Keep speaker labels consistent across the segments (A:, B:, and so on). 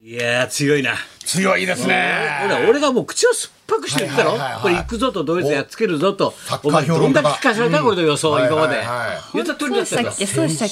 A: いやー強いな
B: 強いです
A: ほら
B: ね。
A: 俺がもう口を酸っぱくして言ったろ
B: はいはいはいはい
A: これ行くぞとドイツやっつけるぞと
B: サッカー
A: お前
B: 評
A: どん
B: 論
A: だ
B: 家
A: け
B: だ
A: 聞かされたこれの予想
B: はいはい
A: 今
B: は
A: ま
B: い
A: で言った通りだった
C: そう
A: か
C: で
A: ら
C: したっけそうでしたっ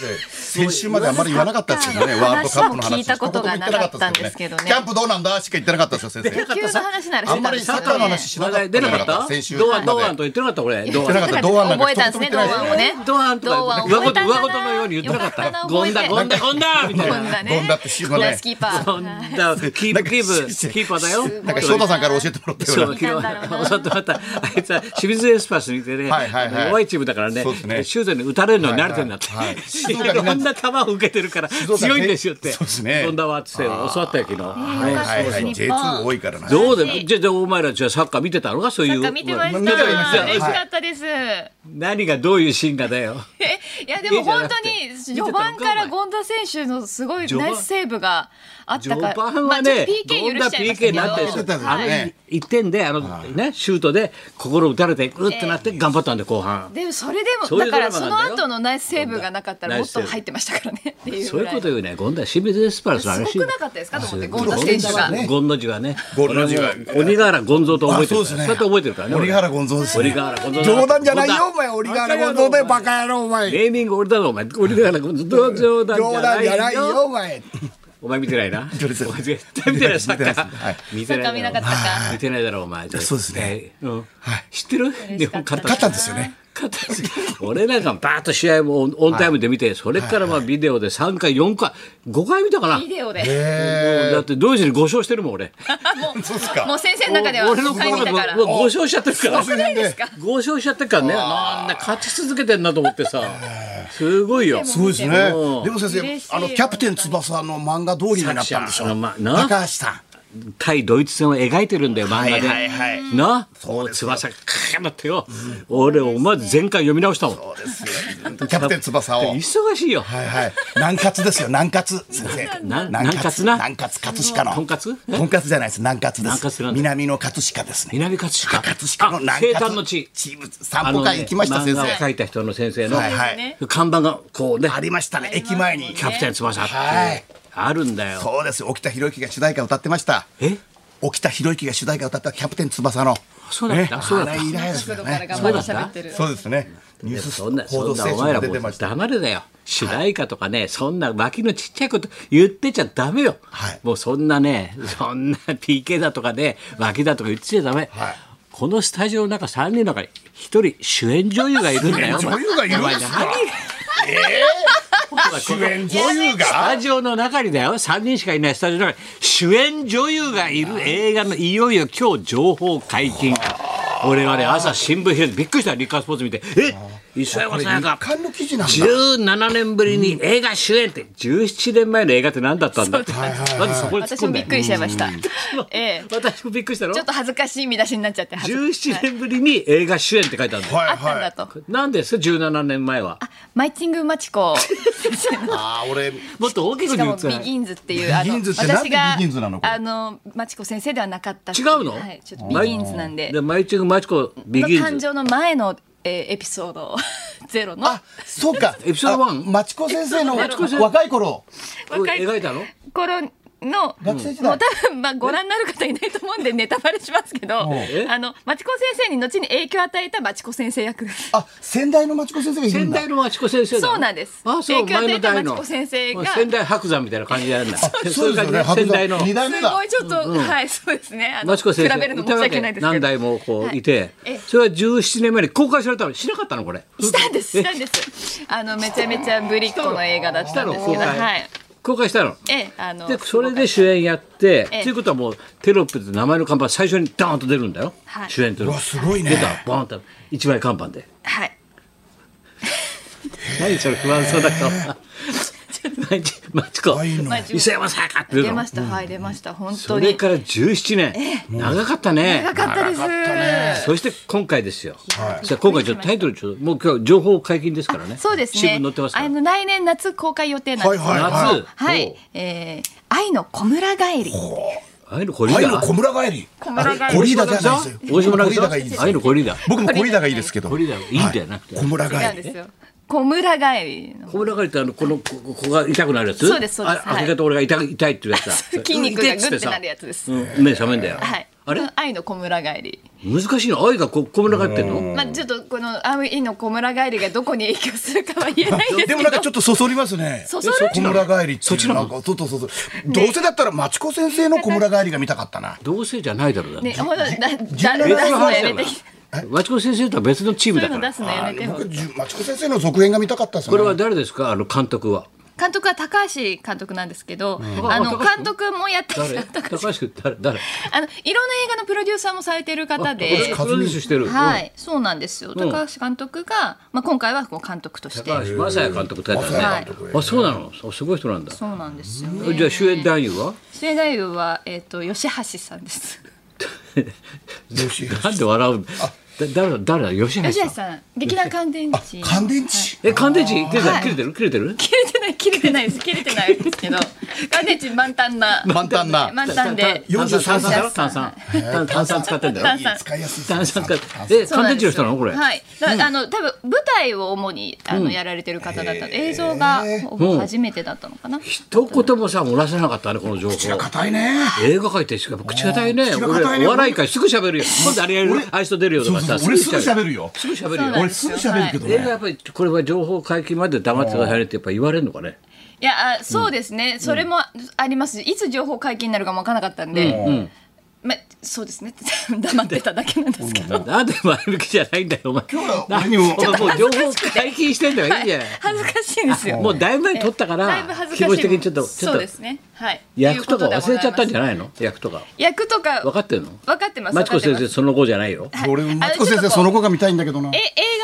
C: け
B: 先週まで先週まであんまり言わなかったですよね。
C: サッ
B: ワール
C: カー
B: ドカップの話
C: 話も聞いたことがなかったんですけどね
B: キャンプどうなんだしか言ってなかったですよ先生。
C: 野球の話ならしてた
B: あんまりサッカーの話しな
A: 話
B: かった
A: 題出なかった
B: 先週
A: 堂安
B: ま
A: 堂
B: で
A: 安と言ってなかった俺
B: 言
A: 堂
B: ってな
A: 安
B: かった堂安なんか
C: 覚えたんですね、
B: 一
C: 堂
B: 言も言ってない
C: 安をね。
A: 堂安と
C: 堂
A: か
C: 安
A: 上
C: 覚
A: 事
C: えたん
A: 上
C: だな
A: 事のように言ってなかった
C: よったな
A: ゴンダゴ
C: 覚
A: ンダ
C: えて
A: ゴンダみたい
C: ゴン
A: な
C: ダね。
B: ゴンダって知ら
C: ゴ
B: ない
C: ンダスキーパ
A: ゴン
C: ー。
A: ダキープキープキーパーだよ
B: なんか翔太さんから教えてもらった
A: そ
B: よう
A: う、
B: な。
A: 昨日、教わってもらった、あいつは清水エスパースにいてね、
B: はいはいはい
A: あの弱いチームだからね、
B: そうですね
A: シュートに打たれるのに慣れてるんだって
B: はいはいは。い
A: いやいろんな球を受けてるから、
B: 岡ね
A: 強いんですよって、
B: そうですね
A: 飛んだわって教わったよ、昨
B: はい
A: 日。
B: はいはい。
C: 日
B: J2
C: 本
B: 多いからな。
A: どうで、じゃあじゃあ、お前ら、じゃあサッカー見てたのか、そういう。
C: なんか見てました。
B: 見てました
C: 嬉しかったです。え、
A: 何がどういうシーンかだよ。
C: いやでも本当
A: いい
C: に
A: じゃなくて
C: 序盤から権田選手のすごい
A: 序盤
C: ナイスセーブがあった
A: 序
C: から、
A: 盤
C: ま
A: は
C: あちょっ
A: ね
C: と、
A: どん
C: PK
A: な
C: 許しちゃいました
A: PK
C: け
A: に
C: ど
A: なったでし
B: 許しちゃいましたけど
A: ょ。あの
B: ね
A: 1点で、あのね、シュートで心打たれて、うってなって頑張ったんで、後半。
C: でもそれで
A: そ
C: も
A: うい
C: だ
A: うド
C: か
A: ラ
C: ら
A: マ
C: そ
A: なんだよ
C: の後のナイスセーブがなかったらもっと入ってましたからねっていう
A: そういう
C: ぐら
A: こ
C: い
A: と。言うね。ゴンダ清水エスパルスの
C: す
A: 話。
C: ごくなかったですかと思って
A: ゴ
C: 権
A: ンダ
C: 田選手が。
A: ゴンの字はね。
B: ゴンの字は
A: 俺も鬼瓦ゴンゾーと覚えてるから。そや
B: あそううですね
A: って覚えてるからね。俺
B: 折原ゴンゾーです
A: 鬼
B: ね。
A: 瓦ゴンゾー。
D: 冗談じゃないよ、お前。折り紙のことでバ
A: 野郎。
D: カ野郎、お前。
A: ネーミング俺だろ、お前。鬼瓦ゴンゾー。冗談
D: 冗談
A: じ
D: じ
A: ゃ
D: ゃ
A: な
D: ないい
A: よ
D: よ、。お前。
A: お前見てないな。
B: 見てない
A: お前絶対見てない、サッカ
B: 見てないです
A: ー
B: はい。
A: 見
C: サッカー見なかったか。
A: 見てないだろ、お前。
B: そうですね。
A: うん。知ってる日本勝った
B: 勝ったんですよね。
A: 勝ったんですよ俺なんかバーッと試合もオンオンタイムで見て、それからまあビデオで3回、4回、5回見たかな。
C: ビデオで。
A: もうだってドイツに5勝してるもん俺
C: もう
B: そうですか
C: もう先生の中では
A: 俺の
C: 回見たから。
A: もう5勝しちゃってるから
B: ないです
C: か
A: 5勝しちゃってるからねなんだ勝ち続けてんなと思ってさすごいよ
B: すごいですね。で
A: うん
B: も先
C: 嬉しい
B: 生、あのキャプテン翼の漫画通りになったんでしょ
A: 作者のま。な
B: 高橋さん。
A: 対ドイツ戦を描いてるんだよ漫画で、
B: はいはいはい
A: なも
B: そう
A: う
B: ですよ
A: 翼カーッなってよ、俺思わず前回読み直したもん
B: そうです よ。キャプテン翼を。はい
A: 忙しいよ
B: はい。南葛ですよ、南葛先生。
A: な南葛な
B: 南葛葛飾の。
A: とんかつ
B: とんかつじゃないです、南葛で
A: 南葛
B: す
A: なん。だ
B: 南の葛飾ですね。
A: 南葛飾
B: 葛飾の
A: あ
B: 南
A: 生
B: 葛。
A: 誕の地
B: チーム散歩会
A: ね
B: 行きました、先
A: 漫画を
B: 生。
A: 描いた人の先生の、
B: はいは
C: ね
B: い。
A: 看板がこうね
B: ありましたね、駅前に。
A: キャプテン翼っていう、
B: はい
A: あるんだよ
B: そうです、沖田博之が主題歌歌ってました。
A: え
B: 沖田博之が主題歌歌ったキャプテン翼の。
A: そうだった、
B: ね
A: そうだっ
B: あ
A: た
B: れ以来ですよ
C: 角から
B: ね。
C: 頑張って喋ってる。
B: そうですね。ニュース
A: そんな、そ
B: 報道
A: ん
B: ス
A: な
B: テー
A: お
B: ション
A: 前
B: に
A: ら
B: 出
A: も
B: て
A: う
B: ました。
A: 黙れだよ。主題歌とかね、そんな脇のちっちゃいこと言ってちゃダメよ。
B: はい
A: もうそんなね、そんな PK だとかね、脇だとか言ってちゃダメ。
B: はい
A: このスタジオの中3人の中に1人主演女優がいるんだよ。
B: 主演女優がいるん
A: お前
B: ですか
A: 何
B: 主演女優が
A: ス。タジオの中にだよ3人しかいないスタジオの中に主演女優がいる映画のいよいよ今日情報解禁俺はね朝新聞開いてびっくりした日刊スポーツ見てえ磯山さやか
B: これ日刊の記事なんだ
A: 17年ぶりに映画主演って17年前の映画って何だったんだってまずそこに突っ込
C: 私
A: ん
C: もび
A: で
C: っくりしちゃいました。ええ。
A: 私もびっくりしたろ
C: ちょっと恥ずかしい見出しになっちゃって恥ずかしい
A: 17年ぶりに映画主演って書いてあるんだよ
B: はい
C: あったんだと。
A: なんです17年前は
C: マイティングマチコ先生の。
B: ああ、俺。
A: もっと大きく
C: しか
A: 言
C: も
A: うと
C: ビギンズっていうあ
B: ビギ
C: の
B: ンズってなんで
C: 私が
B: ビギンズなのこれ
C: あのマチコ先生ではなかったってい
A: 違うの
C: はい、ちょっとビギンズなんで
A: でマイチングマチコビ
C: の
A: ギンズ
C: 誕生の前の、えーエピソード ゼロの
B: あ、そうか。
A: エピソードワン
B: あマチコ先生の
A: マチコ先生
B: 若い頃。
C: 若い
A: 描いたの
C: 頃の、
B: 学生時代
C: もう多分まあご覧になる方いないと思うんでネタバレしますけど、
A: え
C: あのマチコ先生に後に影響を与えたマチコ先生役です。
B: あ、先代のマチコ先生がいる
A: 仙
B: んだ
A: 台。のマチコ先生だろ
C: そうなんです
A: あそう
C: 影響
A: 前の代の
C: を与えたマチコ先生が
A: 仙台白山みたいな感じでやるんだ
B: そうですよね。
A: い感じ仙台の
B: 白山二代目
C: す
B: だ
C: ごい。ちょっと、はいそうですね。あの
A: マチコ先生
C: 比べるの申し訳ないですけど。
A: 何代もこ
C: は
A: う
C: い
A: いて
C: ええ
A: それは17年前に公開されたのしなかったのこれ
C: したんです
A: え
C: したんです。あのめちゃめちゃぶりっ子の映画だっ
A: したた
C: ん
A: の
C: です
A: 公
C: けど、
A: 開
C: はい。
A: 公開したの
C: ええあの
A: でそれで主演やってと
C: ええ
A: いうことはもうテロップで名前の看板最初にダーンと出るんだよ
C: はい
A: 主演という
B: う
A: の
B: わ、すごいね
A: 出。たバーンと一枚看板で
C: はい。
A: 何それ不安そうだ 顔マチマチコ
B: 怖いの
C: まあじゅう
A: 磯山さやかって出る
C: 出
A: の
C: ましたはい出ました本
A: そ
C: 当
A: れ
C: に。
A: から17年、長かったね
C: なかったです。
A: そして今回ですよ、じゃあ今回ちょっとタイトルちょっともう今日情報解禁ですからね
C: そうです
A: 新
C: ね
A: 聞載ってます。か
C: あ
A: ら
C: の来年夏公開予定なんですけど。
B: はいはい
A: はい夏
C: はい。えー愛の小村帰り。
A: 愛のコリー
B: 愛
A: ダ
B: の小
A: ー
B: 村帰り。
C: 小村帰り
B: コリーダじゃないですよ。
A: 大島
B: コ
A: 渚
B: リーダがいいですよ
A: 愛のコリーダー
B: 僕もコリーダがいいですけど。
A: コリーダいいんだよな
B: はい小村帰
C: 違うん
B: り。
C: ですよ。小村帰りの
A: 小村帰りってあのこのこここが痛くなるやつ
C: そうですそうです
A: あ
C: はい
A: あそれと俺が痛い痛いって 言うやつだ
C: 筋肉がグッてなるや
A: つ
C: つです、
A: うん、目覚めんだよ、
C: はい
A: あれ
C: 愛の小村帰り
A: 難しいの愛がこ小村帰ってんの
C: まあちょっとこの愛の小村帰りがどこに影響するかは言えないんですけ
B: で
C: ど
B: もなんかちょっとそそりますね。
C: そそる
B: 小村帰りっていうなんか、そうそうそうそう。どうせだったら、町子先生の小村帰りが見たかったな。
A: どうせじゃないだろうだって、
C: ねほんとだだ出す
B: 17
C: の
A: 別の話
C: や
A: だ
C: め
A: か
C: て
A: ら
C: そう
A: 和知子先生とは別のチーム
C: い
A: だ
C: うの
A: か
C: 出
A: ら
C: すのやめてほし
B: 僕
C: い
B: じゅ町子先生の続編が見たかったですね
A: これは誰ですかあの監督は
C: 監督は高橋監督なんですけど、
A: ん
C: あ
A: あ
C: の
A: 高橋
C: 監督もやってき
A: 誰
C: た
A: 高橋誰誰
C: あのいろんな映画のプロデューサーもされてる方で
A: プ。ロデュースしてる
C: はい、そうなんですよ。高橋監督が、まあ、今回はこう監督として。
A: 高橋正也監督ってやつ
C: は
A: だ
C: い
A: ねあそうなのそうすごい人なんだ
C: そうなんですよ、ね。
A: じゃあ主演男優は
C: 主演男優は、えっ、と、吉橋さんです。
A: なんで笑うだ誰だ誰だ吉橋
C: 吉
A: さ
C: 橋
A: ん
C: さん、劇団乾電池。
B: 乾電池
A: え乾電池切れて
C: は
A: る切れ
C: い
A: てる切れてる
C: 切れてない、切れてないです。切れてないです けど、乾電池満タンな。
B: 満タンな
C: 満タンで。
A: 炭酸炭酸だろ
C: 炭
A: 炭
C: 酸
A: 酸炭炭酸使ってんだよ
C: 炭酸
B: 使いやすい
A: 炭酸使ってえ
C: そう
A: 乾
C: な
A: 電
C: ん
A: 池
C: ですよ
A: の人なのこれ
C: はい。だからあの多分舞台を主にあのやられてる方だったので、映像がほぼ初めてだったのかな。
A: 一言もさ漏らせなかったねこの情報
B: 口が硬いね
A: 映画界ってしか口堅いね
B: 口が
A: 俺
B: 堅いね
A: お笑い界すぐ喋るよ今度あれやるよ
B: 俺
A: アイスと出るよとか
B: そう
A: さ
B: そう俺すぐ喋るよ
A: すぐ喋
C: そ
A: る
C: うな
A: よ
C: ん
B: 俺
C: ですす
B: ぐ
C: よ
B: 喋るけど
A: 映画
B: ね
A: やっぱりこれは情報解禁まで黙ってくださいねってやっぱ言われるのかね
C: いやあそうですね、それもありますしいつ情報解禁になるかも分からなかったんで、まあそうですね 黙ってただけなんですけど。
A: なんで前向きじゃないんだよお前
B: は 俺にも
A: お前もう情報解禁してんだからいいじゃない
C: 恥ずかしいんですよ。
A: もうだいぶ前に撮ったか
C: だいぶ
A: ら
C: 恥ず
A: 気
C: か
A: 持
C: し
A: ち
C: い
A: 的にちょっとちょ
C: そう
A: っ
C: で
A: と
C: すね。はい。
A: 役とか忘れちゃったんじゃ
C: ない
A: ないの役とか
C: 役とか
A: 分かってんの
C: 分かってます。
A: マチコ先生
C: 分かってます
A: その後じゃ ないよ
B: 俺
C: あの
B: 町子先
C: ち
B: 生
C: ょっとこう
B: その子が見たいんだけどな
C: え映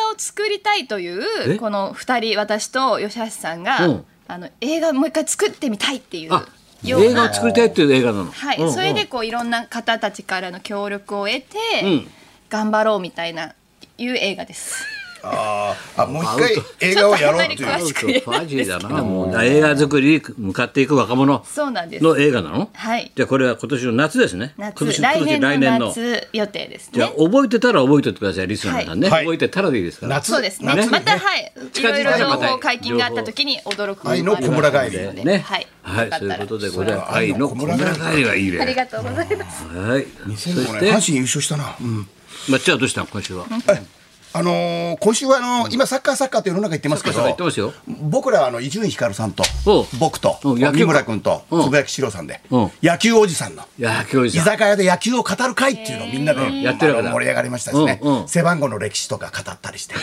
C: 画を作りたいとい
A: え
C: うこの二人私と吉橋さんが、
A: うん
C: あの映画もう一回作ってみたいっていう
A: あ
C: よう
A: 映
C: な
A: 画を作りたいっていう映画なの
C: はい、
A: うんうん
C: それでこういろんな方たちからの協力を得て、
A: ん
C: 頑張ろうみたいないう映 画です。
B: あーあもう一回映画をやろうって
C: ち
B: い
C: ょっとあんまり詳
B: う
C: し
A: ファジーだな もう映画作りに向かっていく若者
C: そうなんです。
A: の映画なの
C: はい
A: じゃあこれは今年の夏ですね今
C: 夏
A: 年
C: 来
A: 今年
C: 年の
A: 来年の
C: 夏予定です
A: じゃあ
C: ね。
A: 覚えてたら覚えておいてくださいリスナーさんね
B: はい
A: 覚えてたらでいいですから
B: 夏
C: そうですね。
B: 夏
C: またはい、い
A: 近
C: ろ
A: づ
C: い
A: いたら
C: ろ情
A: また
C: 報解禁があった時に驚く
B: 愛の小村帰り
C: り
A: ね
C: はい。
A: はい
C: よかっ
A: そうい
C: た
A: うこ
C: ら
A: とでございます
B: はい
A: 愛の小村帰りはいいね
C: ありがとうございます。
A: はいそ
B: でも
A: し
B: ね
A: て
B: 阪神優勝したなうん
A: まっちゃんどうしたの今週は
B: あのー今週はあのー今サッカーサッカーって世の中言ってますけ
A: サッカー言ってますよ
B: ど僕らはあの伊集院光さんと
A: おう
B: 僕と
A: うん野球
B: 三村君と
A: うん
B: つぶやきしろさんで
A: うん
B: 野球おじさんの
A: いや今日
B: 居酒屋で野球を語る会っていうのをみんなで
A: やってるわけだ
B: あの盛り上がりましたですね、
A: うんうん
B: 背番号の歴史とか語ったりして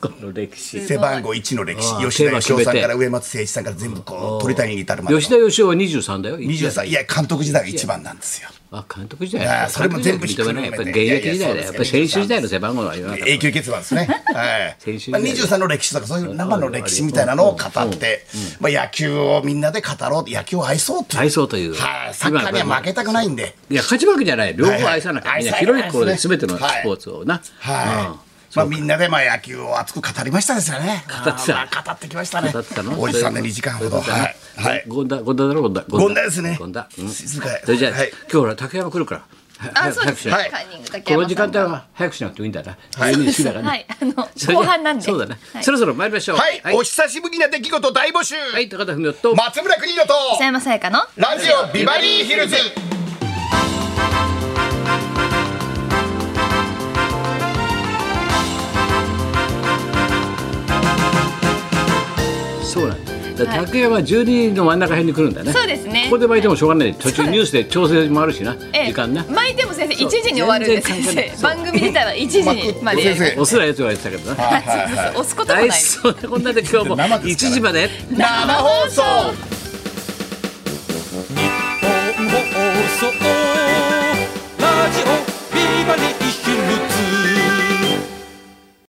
A: この歴史
B: 背番号1の歴史
A: ああ
B: 吉田
A: 競
B: 義
A: 馬
B: 雄さ
A: 決め
B: ん
A: て
B: から上松誠一さんから全部こう鳥谷に至るまでの
A: 吉田義雄は23だよ
B: 23いや監督時代が一番なんですよ
A: あ監督時代
B: ああそれも全部
A: 認めないやっぱり現
B: いやい
A: 役
B: や
A: 時代だよや
B: そ
A: っ
B: う
A: ぱ
B: です
A: り選手時代
B: 23
A: の背番号は言わなかった
B: 永久欠 番ですね。はい
A: 先週。
B: まあ
A: ね
B: 23の歴史とかそういう生の歴史みたいなのを語って、まあ野球をみんなで語ろう、野球を愛そうという。
A: 愛そうという
B: はい。サッカーには負けたくないんで。
A: いや勝ち負けじゃない両方愛さなきゃ、
B: はい
A: み
B: はい
A: んな
B: 愛さなきゃ
A: 広い心で全てのスポーツをな、
B: はい。まあみんなでまあ野球を熱く語りましたですよね。
A: 語ってた
B: あーまあ語ってきましたね
A: 語ってた。の
B: おじさんで2時間ほど。はい。はい。
A: ゴンダゴンダだろゴンダゴ
B: ゴンダですね
A: ゴンダ、う
B: 静かや
A: それじゃあ、
B: はい
A: 今日ほら竹山来るから
C: あ、そうですね。
B: はい
C: カンニング竹
A: この
C: 山
A: 時
C: さ
A: 間
C: ん
A: 帯
C: が。
A: は早くしなくてもいいんだな12時だからね
C: はい、あの
A: それじゃ
C: 後半なんで。
A: そうだね、
C: はい
A: そろそろ参りましょう
B: はい
A: はい
B: お久しぶりな出来事大募集。
A: はい高田文夫と、
B: 松村邦洋と、
C: 北山さやかの。
B: ラジオビバリーヒルズ。
A: そうなんですだから竹山12の真ん中辺に来るんだね
C: そうですね
A: ここで巻いてもしょうがない、途中ニュースで調整もあるしな、
C: ええ
A: 時間な
C: 巻いても先生1時に終わるんです
A: 全然
C: 先
A: 関係ない
C: 生番組自体は1時にまで
B: 先生。
A: 押すなよと言われてたけどな
C: そうそうそう押すこともな
A: はいいそんなこんなで今日も
B: 生ですからね
A: 1時まで
B: 生放送
E: 放送